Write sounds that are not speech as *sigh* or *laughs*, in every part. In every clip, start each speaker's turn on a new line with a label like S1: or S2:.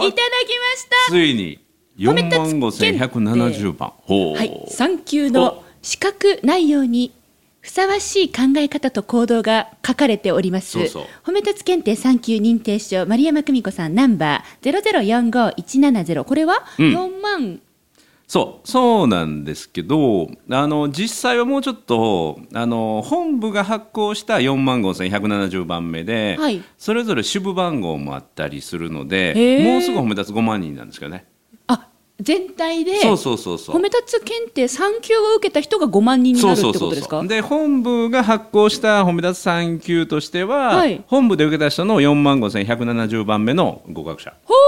S1: お
S2: いただきま
S1: お
S2: した
S1: ついに4万5170番ほう、
S2: はい、産休の資格内容にふさわしい考え方と行動が書かれております。
S1: そうそう
S2: 褒め立つ検定産休認定証、丸山久美子さん、ナンバー0045170。これは4万、
S1: そうそうなんですけどあの実際はもうちょっとあの本部が発行した4万5170番目で、
S2: はい
S1: それぞれ支部番号もあったりするので
S2: へー
S1: もうすぐ褒め立つ5万人なんですけどね、
S2: あ、全体で、
S1: そうそうそうそう
S2: 褒め立つ検定産休を受けた人が5万人になるってことですか
S1: で本部が発行した褒め立つ3級としては、
S2: はい
S1: 本部で受けた人の4万5170番目の合格者
S2: ほー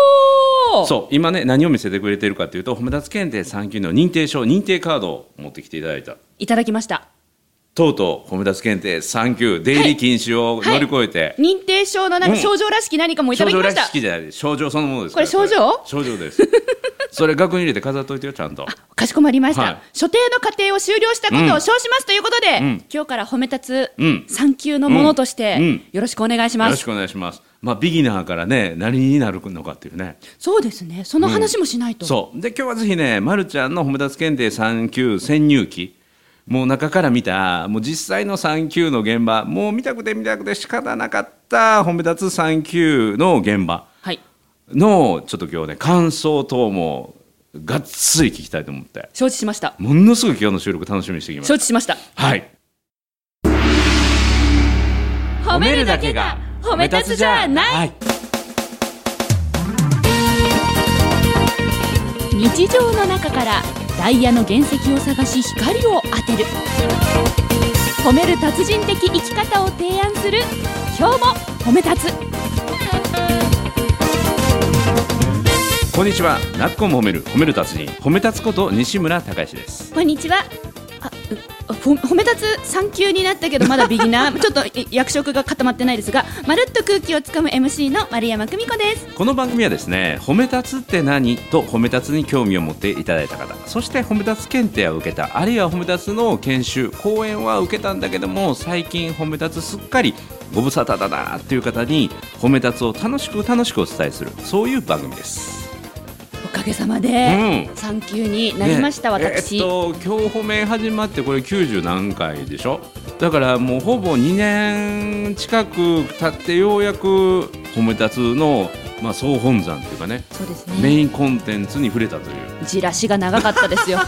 S1: そう今ね何を見せてくれてるかというと褒め立つ検定3級の認定証認定カードを持ってきていただいた
S2: いただきました。
S1: とうとう褒め立つ検定3級出入り禁止を乗り越えて、
S2: 認定証のなんか
S1: うん
S2: 症状らしき何かもいただきまし
S1: ら
S2: た。
S1: しきじゃないです症状そのものですから
S2: これ症状
S1: それ症状ですそれ額に入れて飾っといてよちゃんと
S2: かしこまりました、
S1: はい
S2: 所定の過程を終了したことを称しますということで、
S1: ん
S2: 今日から褒め立つ
S1: うん
S2: 3級のものとし
S1: うんう
S2: て
S1: ん
S2: よろしくお願いし
S1: よ
S2: ま
S1: ろ
S2: す、
S1: しくお願いしますまあビギナーからね何になるのかっていうね
S2: そうですねその話もしないと、
S1: そうで今日はぜひね、ま、るちゃんの褒め立つ検定3級潜入記もう中から見たもう実際の3級の現場もう見たくて見たくて仕方なかった褒め立つ3級の現場
S2: はい
S1: のちょっと今日ね感想等もがっつり聞きたいと思って
S2: 承知しました
S1: ものすごい今日の収録楽しみにしてきまし
S2: 承
S1: た
S2: 知しました
S1: はい
S2: 褒めるだけが褒め立つじゃない、
S1: はい
S2: 日常の中からダイヤの原石を探し光を当てる褒める達人的生き方を提案する今日も褒め立つ
S1: こんにちはなっこも褒める褒める達人褒め立つこと西村孝之です
S2: こんにちは。あ、うあほ褒め立つ三級になったけどまだビギナー。ちょ *laughs* っとい役職が固まってないですが、まるっと空気をつかむ MC の丸山久美子です。
S1: この番組はですね褒め立つって何と褒め立つに興味を持っていただいた方そして褒め立つ検定を受けたあるいは褒め立つの研修講演は受けたんだけども最近褒め立つすっかりご無沙汰だなっていう方に褒め立つを楽しく楽しくお伝えするそういう番組です。
S2: おかげさま
S1: う
S2: で
S1: ん
S2: 三級になりました、
S1: ね
S2: 私。
S1: えーっと今日褒め始まってこれ90何回でしょだからもうほぼ2年近く経ってようやく褒め立つの、まあ、総本山というかね
S2: そうです
S1: メ
S2: ね。
S1: インコンテンツに触れたという
S2: じらしが長かった
S1: *laughs*
S2: ですよ。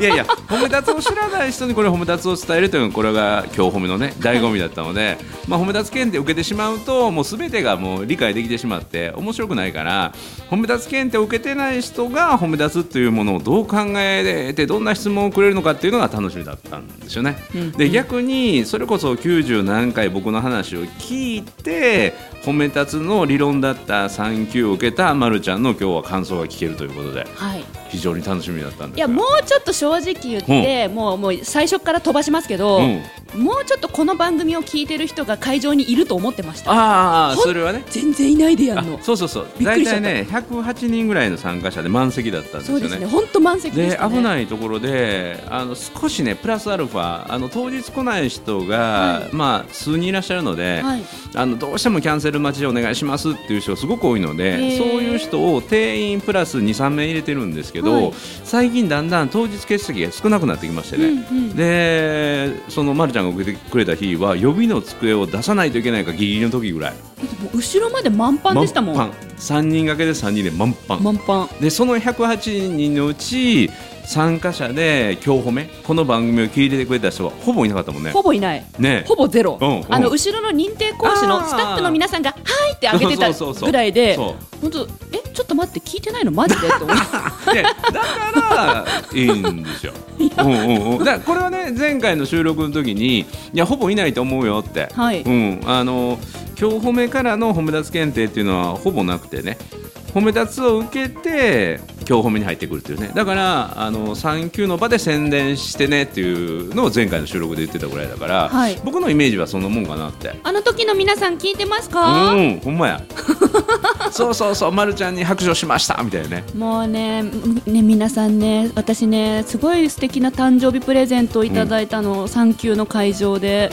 S1: いやいや褒め立つを知らない人にこれ褒め立つを伝えるというのがこれが今日褒めのね醍醐味だったので、まあ、褒め立つ検定を受けてしまうともう全てがもう理解できてしまって面白くないから褒め立つ検定を受けてない人が褒め立つというものをどう考えてどんな質問をくれるのかっていうのが楽しみだったんですよね。
S2: うん
S1: で逆にそれこそ90何回僕の話を聞いて褒め立つの理論だった3級を受けたまるちゃんの今日は感想が聞けるということで
S2: はい。
S1: 非常に楽しみだったんです
S2: いやもうちょっと正直言って、もうもう最初から飛ばしますけど、もうちょっとこの番組を聞いてる人が会場にいると思ってました。
S1: ああ
S2: ほん
S1: それはね
S2: 全然いないでや
S1: あ
S2: んの。
S1: そうそうそう
S2: びっく
S1: 大
S2: りしちゃ
S1: 体
S2: った
S1: ね108人ぐらいの参加者で満席だったんで
S2: そ
S1: す
S2: う
S1: よ
S2: ですね。
S1: ね。
S2: 本当満席でし
S1: で
S2: たね。
S1: 危ないところであの少しねプラスアルファあの当日来ない人が、
S2: はい
S1: まあ、数人いらっしゃるので、
S2: はい。
S1: あのどうしてもキャンセル待ちでお願いしますっていう人すごく多いの
S2: へ
S1: で
S2: ー
S1: そういう人を定員プラス23名入れてるんですけ
S2: は
S1: ど、
S2: い
S1: 最近だんだん当日欠席が少なくなってきましてね、
S2: うんうん
S1: でそのまるちゃんが受けてくれた日は予備の机を出さないといけないかギリギリの時ぐらい
S2: もう後ろまで満帆でしたもん。
S1: 満帆3人掛けで3人で満帆
S2: 満帆。
S1: でその108人のうち参加者で今日褒めこの番組を聞いててくれた人はほぼいなかったもんね
S2: ほぼいない。
S1: ね
S2: ほぼゼロ。
S1: うんうん
S2: あの後ろの認定講師
S1: あ
S2: の
S1: ー
S2: スタッフの皆さんがはいってあげてた
S1: そうそうそうそう
S2: ぐらいで、
S1: そ
S2: 本当えちょっと待って聞いてないのマジでと
S1: *laughs*
S2: 思って。
S1: うでだからいいんですようんうんうん、だからこれはね前回の収録の時にいやほぼいないと思うよって、
S2: はい
S1: うん、あの今日褒めからの褒め立つ検定っていうのはほぼなくてね褒め立つを受けて今日褒めに入ってくるっていうねだからあの3級の場で宣伝してねっていうのを前回の収録で言ってたぐらいだから、
S2: はい
S1: 僕のイメージはそんなもんかなって。
S2: あの時の皆さん聞いてますか？
S1: うん、ほんまや *laughs* そうそうそう、ま、るちゃんに拍手をしましたみたいなね
S2: もうねむね皆さんね私ねすごい素敵な誕生日プレゼントをいただいたの、産休の会場で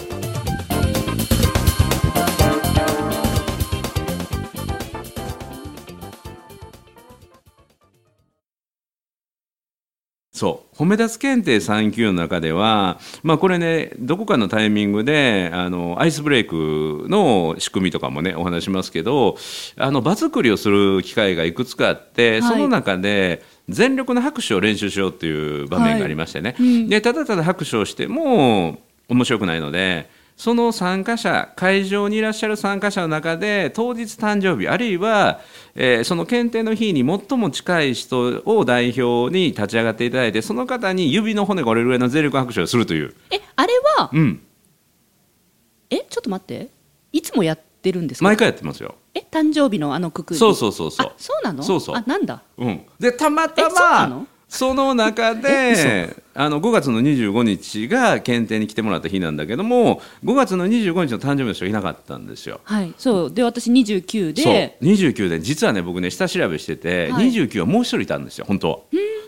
S1: そう褒め立つ検定3級の中では、まあ、これねどこかのタイミングであのアイスブレイクの仕組みとかもねお話しますけどあの場作りをする機会がいくつかあって、
S3: はい
S1: その中で全力の拍手を練習しようっていう場面がありましてね、
S3: うん
S1: でただただ拍手をしても面白くないのでその参加者会場にいらっしゃる参加者の中で当日誕生日あるいは、えーその検定の日に最も近い人を代表に立ち上がっていただいてその方に指の骨が折れるぐらいの全力拍手をするという、
S2: えあれは
S1: うん、
S2: えちょっと待っていつもやってるんですか
S1: 毎回やってますよ。
S2: え誕生日のあのくくり
S1: そうそうそうそう
S2: あそうなの
S1: そうそう
S2: あなんだ
S1: うん、でたまた
S2: えそうな
S1: ま
S2: の
S1: その中
S2: え
S1: であの5月の25日が検定に来てもらった日なんだけども5月の25日の誕生日の人いなかったんですよ。
S2: はいそうで私29で
S1: そう29で実はね僕ね下調べしてて、
S2: はい
S1: 29はもう一人いたんですよ本当は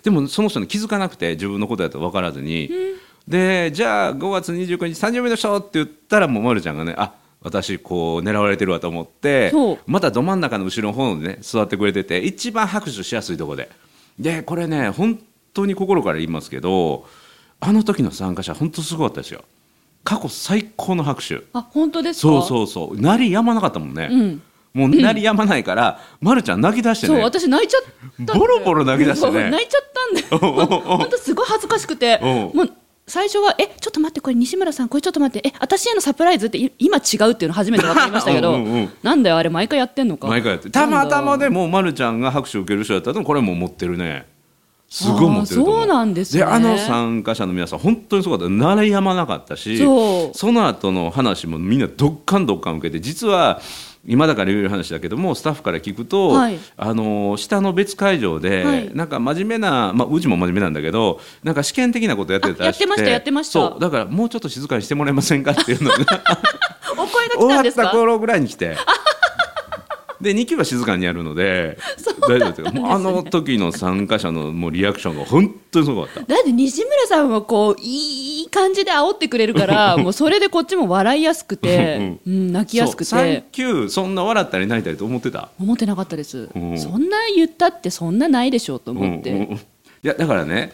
S1: でもその人に気づかなくて自分のことだと分からずにでじゃあ5月29日誕生日の人って言ったらもうまるちゃんがねあ私こう狙われてるわと思って
S2: そう
S1: またど真ん中の後ろの方でね座ってくれてて一番拍手しやすいとこででこれね本当に心から言いますけどあの時の参加者本当すごかったですよ過去最高の拍手
S2: あ本当ですか
S1: そうそうそう鳴りやまなかったもんね、
S2: うん
S1: もう鳴りやまないから、まるちゃん泣き出して
S2: そう
S1: ね。
S2: 私泣いちゃったんだよ
S1: ボロボロ泣き出してね
S2: そう泣いちゃったんだよ
S1: お *laughs* うおうおう
S2: 本当すごい恥ずかしくて
S1: おう
S2: もう最初は「えちょっと待ってこれ西村さんこれちょっと待ってえ私へのサプライズ」ってい今違うっていうの初めて分かりましたけど
S1: うんうんうん
S2: なんだよあれ毎回やってんのか
S1: 毎回やってたまたま
S2: で
S1: でもうまるちゃんが拍手を受ける人だったらこれもう持ってるねすごい持ってると思
S2: あーそうなんですね
S1: あの参加者の皆さん本当にすごかった鳴りやまなかったし
S2: そう
S1: の後の話もみんなどっかんどっかん受けて実は今だから言える話だけどもスタッフから聞くと、
S2: はい
S1: あの下の別会場で、
S2: はい
S1: なんか真面目な、まあ、うちも真面目なんだけどなんか試験的なことやってたらし
S2: あやって
S1: くて
S2: ましたやってました
S1: そうだからもうちょっと静かにしてもらえませんかっていうのが
S2: お声が来
S1: 終
S2: た
S1: わ
S2: んで
S1: っ
S2: すか
S1: た頃ぐらいに
S2: *laughs*
S1: 来て。で2級は静かにやるので大丈夫ですよもうあの時の参加者のもうリアクションが本当にすごかった
S2: だって西村さんはこういい感じで煽ってくれるからもうそれでこっちも笑いやすくて、うん、泣きやすく
S1: そう3
S2: て
S1: 級そんな笑ったり泣いたりと思ってた
S2: 思ってなかったです、
S1: うん
S2: そんな言ったってそんなないでしょうと思って、
S1: うんうんうんいやだからね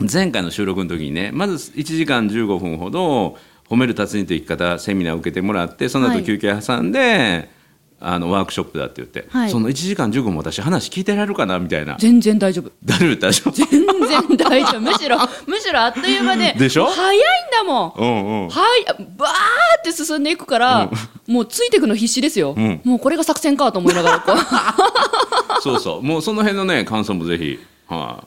S1: 前回の収録の時にねまず1時間15分ほど褒める達人という生き方セミナーを受けてもらってその
S2: は
S1: 後
S2: い
S1: 休憩挟んで、あのワークショップだって言って、
S2: はい
S1: その1時間15分私話聞いてられるかなみたいな
S2: 全然大丈夫
S1: 大丈夫大丈夫
S2: 全然大丈夫むしろむしろあっという間で
S1: でしょ
S2: 早いんだもん
S1: うんうん
S2: はい、バーって進んでいくから、もうついていくの必死ですよ、
S1: うん
S2: もうこれが作戦かと思いながら
S1: *laughs*
S2: こう
S1: そうそう、もうその辺のね、感想もぜひ、はい、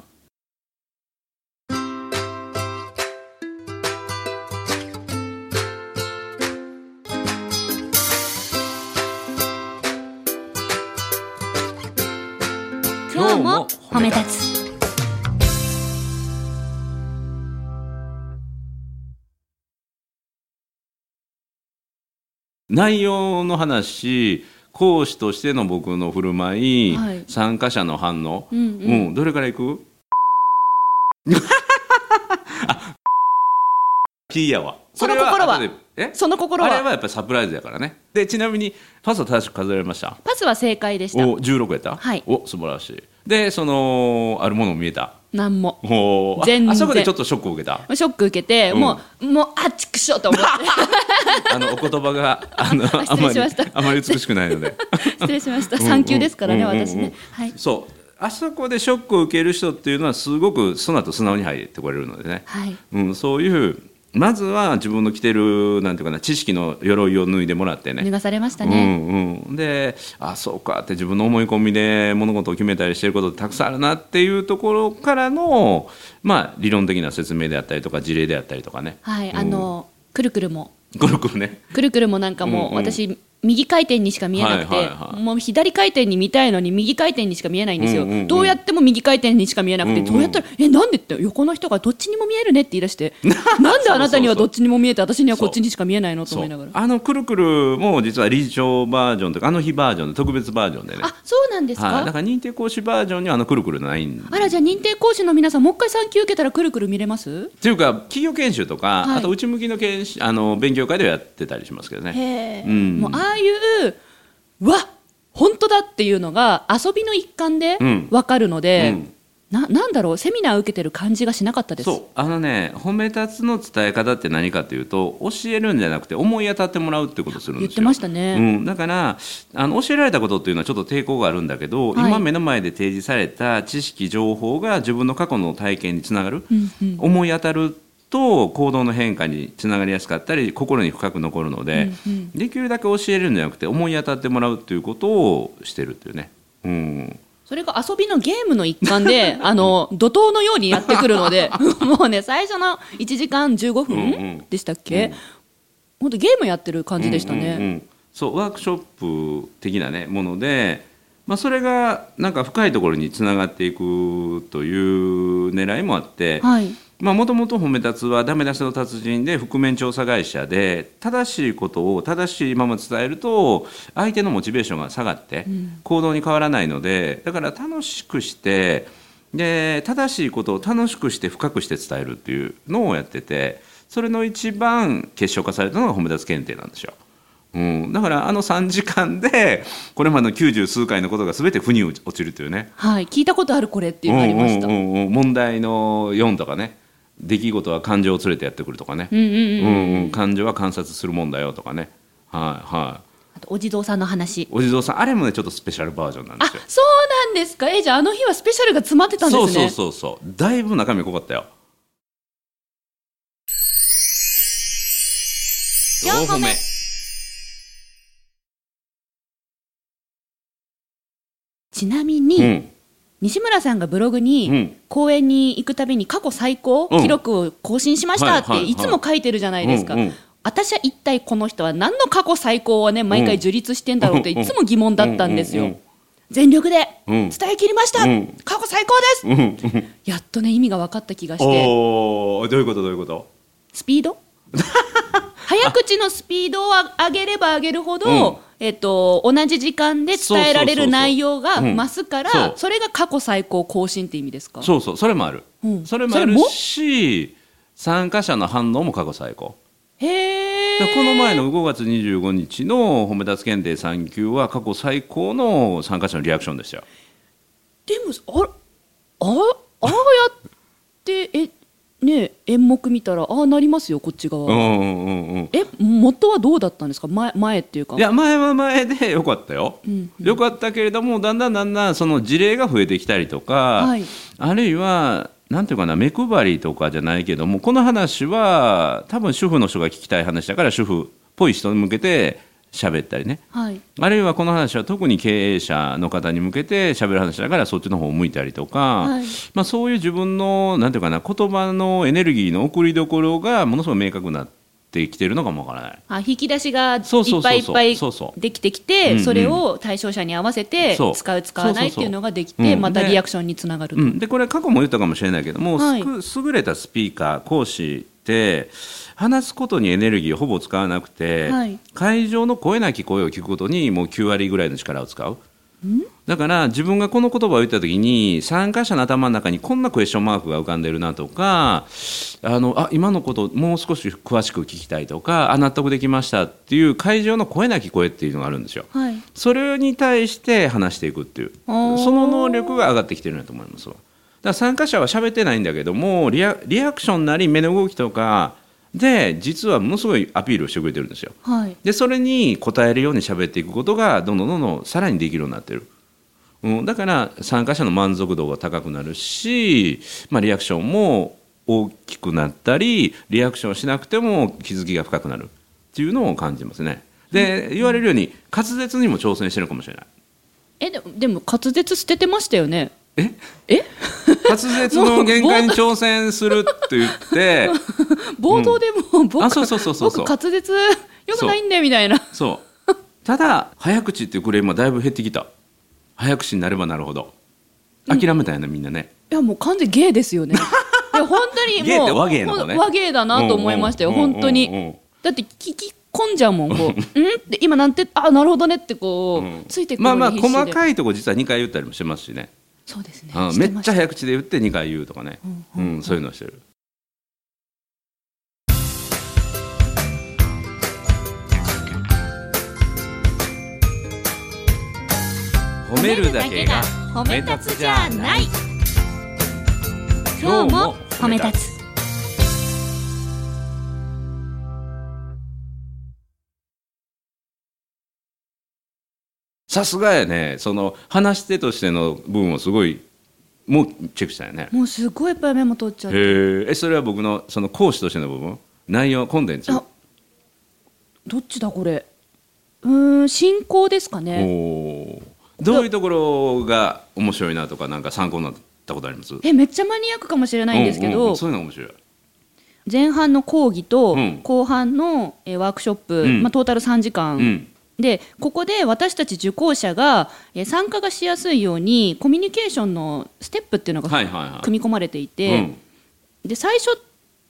S3: 今日も褒め立つ
S1: 内容の話、講師としての僕の振る舞い、
S2: はい
S1: 参加者の反応、
S2: う
S1: う
S2: う
S1: ん
S2: ん
S1: ん、どれからいくあ、ピーやわ。
S2: その心は
S1: それ後でえ
S2: その心
S1: あれ
S2: は
S1: はやっぱりサプライズやからね。で、ちなみに、パスは正しく数えられました
S2: パスは正解でした
S1: お、16やった
S2: はい
S1: お、素晴らしい。で、その、あるものも見えた
S2: 何も
S1: おーあ
S2: 全然
S1: あそこでちょっとショックを受け
S2: *laughs*
S1: た。
S2: ショック受けて、
S1: うん
S2: もう、もう、あっちくしょうと思っ
S1: *laughs* あのお言葉があのあ
S2: 失
S1: ま
S2: 礼し
S1: り
S2: ました
S1: あまり美しくないので。 *laughs*
S2: て、失礼しました。産休ですからね、
S1: うんうんうん
S2: 私ね。はい。
S1: そうあそこでショックを受ける人っていうのはすごくその後素直に入ってこれるのでね。
S2: はい。
S1: うんそういうまずは自分の着てるなんていうかな知識の鎧を脱いでもらってね。
S2: 脱がされました
S1: う
S2: ね。
S1: んうん、であそうかって自分の思い込みで物事を決めたりしてることってたくさんあるなっていうところからの、まあ、理論的な説明であったりとか事例であったりとかね。
S2: はい。
S1: うん
S2: あの、くるくるも、
S1: ゴロゴロね
S2: くるくるもなんかも
S1: うんう
S2: う、
S1: ん
S2: 私、右回転にしか見えなく
S1: はいはいは
S2: て、
S1: い
S2: もう左回転に見たいのに、右回転にしか見えないんです
S1: うんうんう
S2: よ。
S1: ん
S2: どうやっても右回転にしか見えなくて、
S1: うんうん
S2: どうやったら、え、なんでって、横の人がどっちにも見えるねって言い出
S1: *laughs*
S2: して、なんであなたにはどっちにも見えて、私にはこっちにしか見えないのと
S1: そ
S2: 思いうながら。
S1: あのくるくるも実は理事長バージョンというかあの日バージョンで特別バージョンでね
S2: あ、そうなんです
S1: はい、だ
S2: か
S1: から認定講師バージョンにはあのくるくるないん
S2: あら、じゃあ認定講師の皆さん、もう一回産休受けたらくるくる見れます
S1: っていうか企業研修とか、
S2: はい
S1: あと内向きの研修あの勉強会ではやってたりしますけどね
S2: へえ、
S1: うん
S2: もうああいううわ本当だっていうのが遊びの一環で
S1: うん
S2: 分かるので、
S1: うん
S2: ななんだろうセミナー受けてる感じがしなかったです
S1: そうあのね褒め立つの伝え方って何かというと教えるんじゃなくて思い当たってもらうってことするんですよ
S2: 言ってましたね
S1: うん、だからあの教えられたことっていうのはちょっと抵抗があるんだけど、
S2: はい
S1: 今目の前で提示された知識情報が自分の過去の体験につながる、
S2: うんうん
S1: 思い当たると行動の変化につながりやすかったり心に深く残るので、
S2: うんうん
S1: できるだけ教えるんじゃなくて思い当たってもらうっていうことをしてるっていうね。うん
S2: それが遊びのゲームの一環で
S1: *laughs*
S2: あの怒涛のようにやってくるのでもうね最初の1時間15
S1: うんうん
S2: 分でしたっけ、本当ゲームやってる感じでしたね、
S1: うんうんうんそうワークショップ的な、ね、もので、まあ、それがなんか深いところにつながっていくという狙いもあって
S2: はい
S1: もともと褒め立つはダメ出しの達人で覆面調査会社で正しいことを正しいまま伝えると相手のモチベーションが下がって行動に変わらないのでだから楽しくしてで正しいことを楽しくして深くして伝えるっていうのをやっててそれの一番結晶化されたのが褒め立つ検定なんですよ。うん、だからあの3時間でこれまでの90数回のことが全て腑に落ちるというね
S2: はい聞いたことあるこれっていうのありました、
S1: うんうんうんうん問題の4とかね出来事は感情を連れてやってくるとかね、
S2: うんうんうん
S1: うんうん感情は観察するもんだよとかねはいはい
S2: あとお地蔵さんの話
S1: お地蔵さんあれもねちょっとスペシャルバージョンなんで
S2: あ
S1: すよ
S2: そうなんですかえじゃああの日はスペシャルが詰まってたんです
S1: そ
S2: ね
S1: うそうそうそうだいぶ中身濃かったよ
S3: 四歩目
S2: ちなみに、
S1: うん
S2: 西村さんがブログに、
S1: うん
S2: 公演に行くたびに過去最高
S1: うん
S2: 記録を更新しましたっ
S1: はい
S2: て
S1: はいはい
S2: いつも書いてるじゃないですか、
S1: うんうん
S2: 私は一体この人は何の過去最高をね毎回樹立してんだろうって
S1: うん
S2: いつも疑問だったんですよ、
S1: うんうんうん
S2: 全力で
S1: うん
S2: 伝えきりました、
S1: うん
S2: 過去最高です、
S1: うんうん
S2: やっとね意味が分かった気がして
S1: おーどういうことどういうこと
S2: スピー
S1: *laughs*
S2: ド早口のスピードを上げれば上げるほど、
S1: うん
S2: えっと、同じ時間で伝えられ
S1: そうそうそうそ
S2: る
S1: う
S2: 内容が
S1: うん
S2: 増すから、
S1: そう
S2: それが過去最高更新って意味ですか
S1: そうそうそれもある、
S2: うん
S1: それもある
S2: それも
S1: し参加者の反応も過去最高
S2: へ
S1: だか
S2: え
S1: らこの前の5月25日の褒め立つ検定3級は過去最高の参加者のリアクションでしたよ。
S2: でもあらあああやってえねえ演目見たらああなりますよこっち側、
S1: うんうんうんうん
S2: え元はどうだったんですか前前っていうか
S1: いや前は前でよかったよ、
S2: ん
S1: よかったけれどもだんだんだんだんその事例が増えてきたりとか、
S2: はい
S1: あるいはなんていうかな目配りとかじゃないけどもこの話は多分主婦の人が聞きたい話だから主婦っぽい人に向けて喋ったりね
S2: はい
S1: あるいはこの話は特に経営者の方に向けて喋る話だからそっちの方を向いたりとか、
S2: はい
S1: まあ、そういう自分のなんていうかな言葉のエネルギーの送りどころがものすごく明確になってきてるのかもわからない。
S2: あ引き出しがいっ
S1: そうそうそうそう
S2: ぱいいっぱい
S1: そうそう
S2: できてき
S1: うんう
S2: て
S1: ん
S2: それを対象者に合わせて
S1: そう
S2: 使う使わないっていうのができ
S1: そうそう
S2: て
S1: そう
S2: ま
S1: う
S2: た
S1: ん
S2: リアクションにつながると、
S1: うん、でこれ過去も言ったかもしれないけども、
S2: はい
S1: すく優れたスピーカー講師って話すことにエネルギーをほぼ使わなくて、
S2: はい
S1: 会場の声なき声を聞くことにもう9割ぐらいの力を使う。だから自分がこの言葉を言った時に参加者の頭の中にこんなクエスチョンマークが浮かんでるなとかあのあ今のことをもう少し詳しく聞きたいとかあ納得できましたっていう会場の声なき声っていうのがあるんですよ。
S2: はい
S1: それに対して話していくっていうそ
S2: おー
S1: の能力が上がってきてるんだと思いますわだから参加者は喋ってないんだけどもリアリアクションなり目の動きとかで実はものすごいアピールをしてくれてるんですよ
S2: はい
S1: でそれに応えるように喋っていくことがどんどんどんどんさらにできるようになってる、うん、だから参加者の満足度が高くなるし、まあ、リアクションも大きくなったりリアクションしなくても気づきが深くなるっていうのを感じますねで言われるように滑舌にも挑戦してるかもしれない
S2: えでもでも滑舌捨ててましたよね
S1: え
S2: え
S1: 滑舌の限界に挑戦するって言って
S2: 冒頭でも僕,、
S1: あそうそうそうそうそう
S2: 僕滑舌よくないんだよみたいな
S1: そうただ早口っていうクレームはだいぶ減ってきた早口になればなるほど諦めたよね、みんなね
S2: いやもう完全にゲイです
S1: *laughs*
S2: よね。いや本当にもう
S1: ゲイって和芸なのね
S2: ほん和芸だなと思いましたよ、
S1: うんうんうんうん
S2: 本当に。だって聞き込んじゃうもんこう「うん?」って今なんて「あなるほどね」ってこう、
S1: うん
S2: ついてくる
S1: まあまあ
S2: のに必死で
S1: 細かいとこ実は2回言ったりもしてますしね、
S2: そうですね
S1: うん
S2: し
S1: め
S2: て
S1: っ
S2: まし
S1: ちゃ
S2: た
S1: 早口で言って2回言うとかね、うんそういうのをしてる褒めるだけが
S3: 褒
S1: め立つじゃないい
S3: 今日も褒め立つ
S1: さすがやねその話し手としての部分をすごいもうチェックしたよね
S2: もうすごいいっぱいメモ取っちゃって
S1: へええそれは僕のその講師としての部分内容コンテンツ
S2: あどっちだこれうーん進行ですか
S1: お
S2: ね
S1: ーどういうところが面白いなとかなんか参考になったことあります
S2: えめっちゃマニアックかもしれないんですけ
S1: うう
S2: ど、
S1: うそういうの面白い
S2: 前半の講義と
S1: うん
S2: 後半の、えーワークショップ、
S1: うん
S2: まあ、トータル3時
S1: う
S2: 間、
S1: ん
S2: でここで私たち受講者が、えー参加がしやすいようにコミュニケーションのステップっていうのが
S1: はいはいはい
S2: 組み込まれていて、
S1: うん
S2: で最初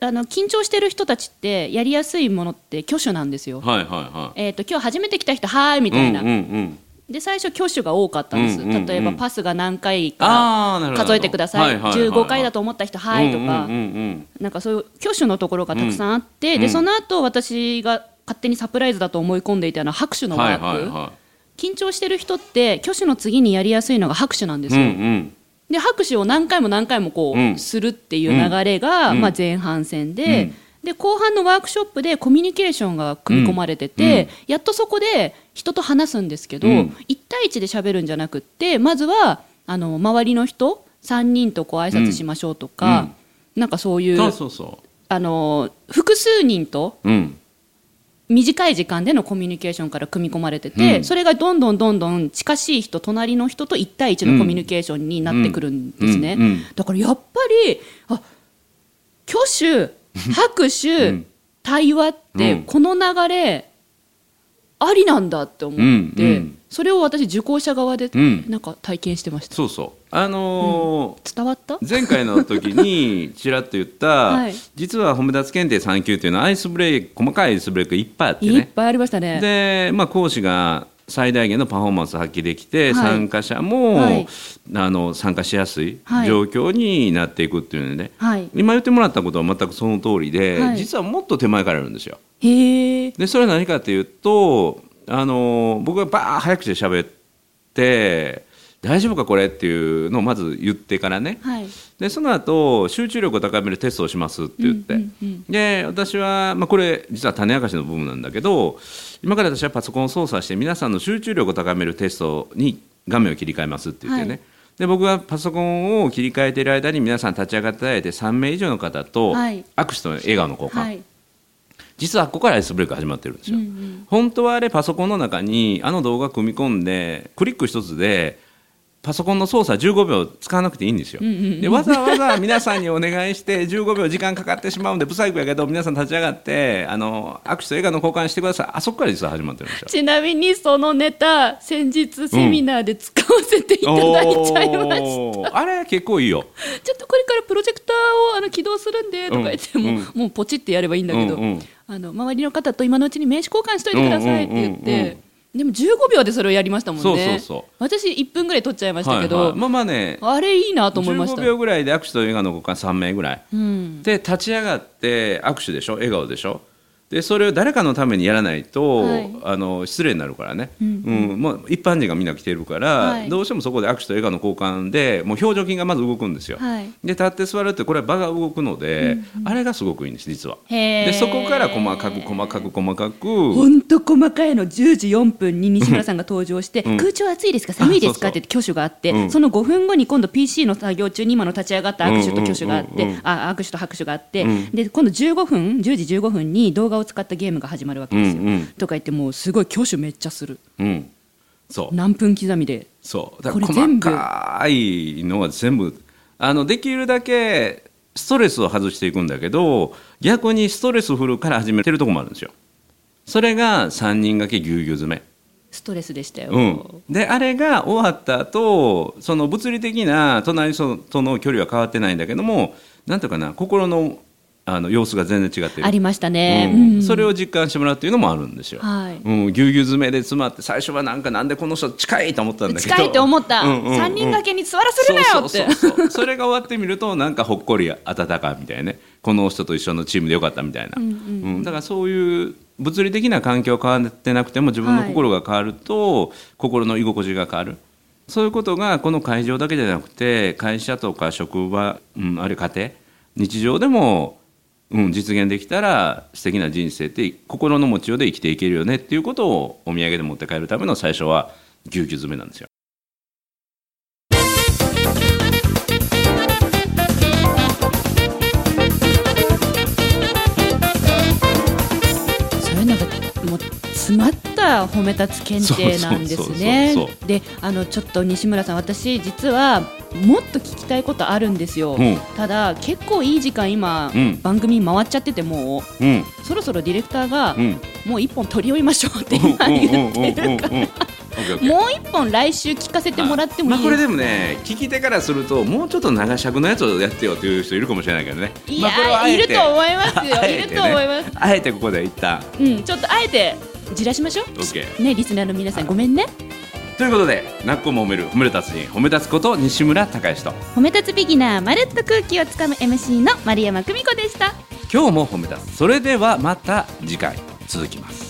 S2: あの緊張してる人たちってやりやすいものって挙手なんですよ。
S1: はいはいはい
S2: えー、と今日初めて来た人はーいみたいな、
S1: うんうんうん
S2: で最初挙手が多かったんです、
S1: うんうんうん
S2: 例えばパスが何回か
S1: ああなるほど
S2: 数えてください15回だと思った人はーいとか、
S1: うんうんうん
S2: なんかそういう挙手のところがたくさんあって、
S1: うんう
S2: で
S1: ん
S2: その後私が勝手にサプライズだと思い込んでいたあの拍手
S1: う
S2: の
S1: んは
S2: ワー
S1: い
S2: ク、
S1: はいは
S2: 緊張してる人って挙手の次にやりやすいのが拍手なんで
S1: い
S2: す
S1: うん
S2: よ、
S1: うん
S2: で拍手を何回も何回もこう、
S1: うん
S2: するっていう流れが、
S1: うん
S2: まあ、前半戦で、で後半のワークショップでコミュニケーションが組み込まれてて、やっとそこで人と話すんですけど、
S1: うん
S2: 一対一で喋るんじゃなくってまずはあの周りの人3人とこう挨拶しましょうとか、なんかそういう
S1: そうそうそ
S2: あの複数人と
S1: ううん
S2: 短い時間でのコミュニケーションから組み込まれてて、
S1: うん
S2: それがどんどんどんどん近しい人隣の人と1対1のコミュニケーションになってくるんですね、
S1: うんうんうん
S2: だからやっぱりあ挙手拍手、
S1: うん
S2: 対話っ
S1: う
S2: て
S1: ん
S2: この流れありなんだって思って、
S1: うんうん
S2: それを私受講者側で
S1: うん
S2: なんか体験してました、
S1: そうそうあのー
S2: 伝わった
S1: 前回の時
S2: *laughs*
S1: にちらっと言った、
S2: はい
S1: 実は褒め立つ検定3級っていうのはアイスブレイク細かいアイスブレイクいっぱいあって
S2: いっ
S1: ね
S2: ぱいありましたね
S1: で、まあ、講師が最大限のパフォーマンスを発揮できて、
S2: い
S1: 参加者も、
S2: はい
S1: あの参加しやすい
S2: はい
S1: 状況になっていくっていうのでね、
S2: はい
S1: 今言ってもらったことは全くその通りで、
S2: はい
S1: 実はもっと手前からやるんですよ。
S2: へえ
S1: でそれは何かというとあの僕がバー早口で喋って大丈夫かこれっていうのをまず言ってからね、
S2: はい
S1: でその後集中力を高めるテストをしますって言って、
S2: うんうんうん
S1: で私は、まあ、これ実は種明かしの部分なんだけど今から私はパソコンを操作して皆さんの集中力を高めるテストに画面を切り替えますって言ってね、
S2: はい
S1: で僕がパソコンを切り替えている間に皆さん立ち上がっていただいて3名以上の方と
S2: はい
S1: 握手と笑顔の交換、
S2: はい
S1: 実はここからアイスブレイク始まってるんですよ、
S2: うんうん
S1: 本当はあれパソコンの中にあの動画組み込んでクリック一つでパソコンの操作15秒使わなくていいんですよ、
S2: んうんうん
S1: でわざわざ皆さんにお願いして15秒時間かかってしまうんで不細工やけど皆さん立ち上がってあの握手と映画の交換してくださいあそこから実は始まってるんですよ
S2: ちなみにそのネタ先日セミナーで使わせていただいちゃいました、
S1: おーあれ結構いいよ
S2: ちょっとこれからプロジェクターをあの起動するんでとか言って、
S1: うん
S2: もう
S1: うん
S2: もうポチってやればいいんだけど、
S1: うんうん
S2: あの周りの方と今のうちに名刺交換しといてくださいって言って、
S1: うんうんうん
S2: でも15秒でそれをやりましたもんね
S1: そうそうそう
S2: 私1分ぐらい取っちゃいましたけど、
S1: はいはいまあまあね
S2: あれいいなと思いました
S1: 15秒ぐらいで握手と映画の交換3名ぐらい
S2: うん、
S1: で立ち上がって握手でしょ笑顔でしょでそれを誰かのためにやらないと、
S2: はい
S1: あの失礼になるからね、
S2: うん
S1: うんまあ、一般人がみんな来てるから、
S2: はい
S1: どうしてもそこで握手と笑顔の交換でもう表情筋がまず動くんですよ、
S2: はい
S1: で立って座るってこれは場が動くので、あれがすごくいいんです実は
S2: へー
S1: でそこから細かく細かく細かく
S2: 本当細かいの10時4分に西村さんが登場して、
S1: ん
S2: 空調暑いですか寒いですか
S1: あそうそう
S2: って挙手があって、
S1: うん
S2: その5分後に今度 PC の作業中に今の立ち上がった握手と挙手があって、
S1: うんうんうんうん
S2: あ握手と拍手があって、
S1: うん
S2: で今度15分10時15分に動画を使ったゲームが始まるわけですよ、
S1: うんうん
S2: とか言ってもうすごい挙手めっちゃする
S1: うんそう
S2: 何分刻みで
S1: そうだ
S2: こ
S1: から
S2: れ
S1: 細
S2: 全部
S1: かいのは全部あのできるだけストレスを外していくんだけど逆にストレスフルから始めてるとこもあるんですよそれが3人掛けぎゅうぎゅう詰め
S2: ストレスでしたよ、
S1: うん、であれが終わった後その物理的な隣の人との距離は変わってないんだけどもなんていうかな心のあの様子が全然違ってる
S2: ありましたね、
S1: うん
S2: うん
S1: それを実感してもらうっていうのもあるんですよ、
S2: はい
S1: うん、ぎゅうぎゅう詰めで詰まって最初はなんかなんでこの人近いと思ったんだけど
S2: 近いと思った、
S1: うんうんうん
S2: 3人掛けに座らせるなよって
S1: そうそうそうそうそれが終わってみるとなんかほっこり温かみたいなねこの人と一緒のチームでよかったみたいな、うんだからそういう物理的な環境変わってなくても自分の心が変わると、心の居心地が変わるそういうことがこの会場だけじゃなくて会社とか職場、うん、あるいは家庭日常でも、うん、実現できたら素敵な人生って心の持ちようで生きていけるよねっていうことをお土産で持って帰るための最初はぎゅうぎゅう詰めなんですよ。
S2: そういうのがもう詰まった褒め立つ検定なんですね
S1: そうそうそうそ。
S2: であのちょっと西村さん私実はもっと聞きたいことあるんですよ、
S1: うん
S2: ただ結構いい時間今、
S1: うん
S2: 番組回っちゃってても
S1: うん
S2: うそろそろディレクターが、
S1: うん
S2: もう一本取り終えましょうって今言ってるから
S1: うんうんうんうんうんオッケーオッケー
S2: もう一本来週聞かせてもらっても
S1: ま
S2: い
S1: あ、
S2: い
S1: これ
S2: です
S1: でもね聞き手からするともうちょっと長尺のやつをやってよっていう人いるかもしれないけどね
S2: いや
S1: まあこれはあ
S2: い
S1: え
S2: る
S1: て
S2: と思いますよ
S1: *laughs* あえ
S2: い
S1: て
S2: る
S1: ね
S2: と思います
S1: あえてここで一旦
S2: うんちょっとあえてじらしましょう
S1: OK
S2: ねリスナーの皆さんごめんね
S1: ということで「なっこも褒める褒める達人褒め立つこと西村孝之と
S3: 褒め立つビギナーまるっと空気をつかむ MC の丸山久美子でした
S1: 今日も褒め立つそれではまた次回続きます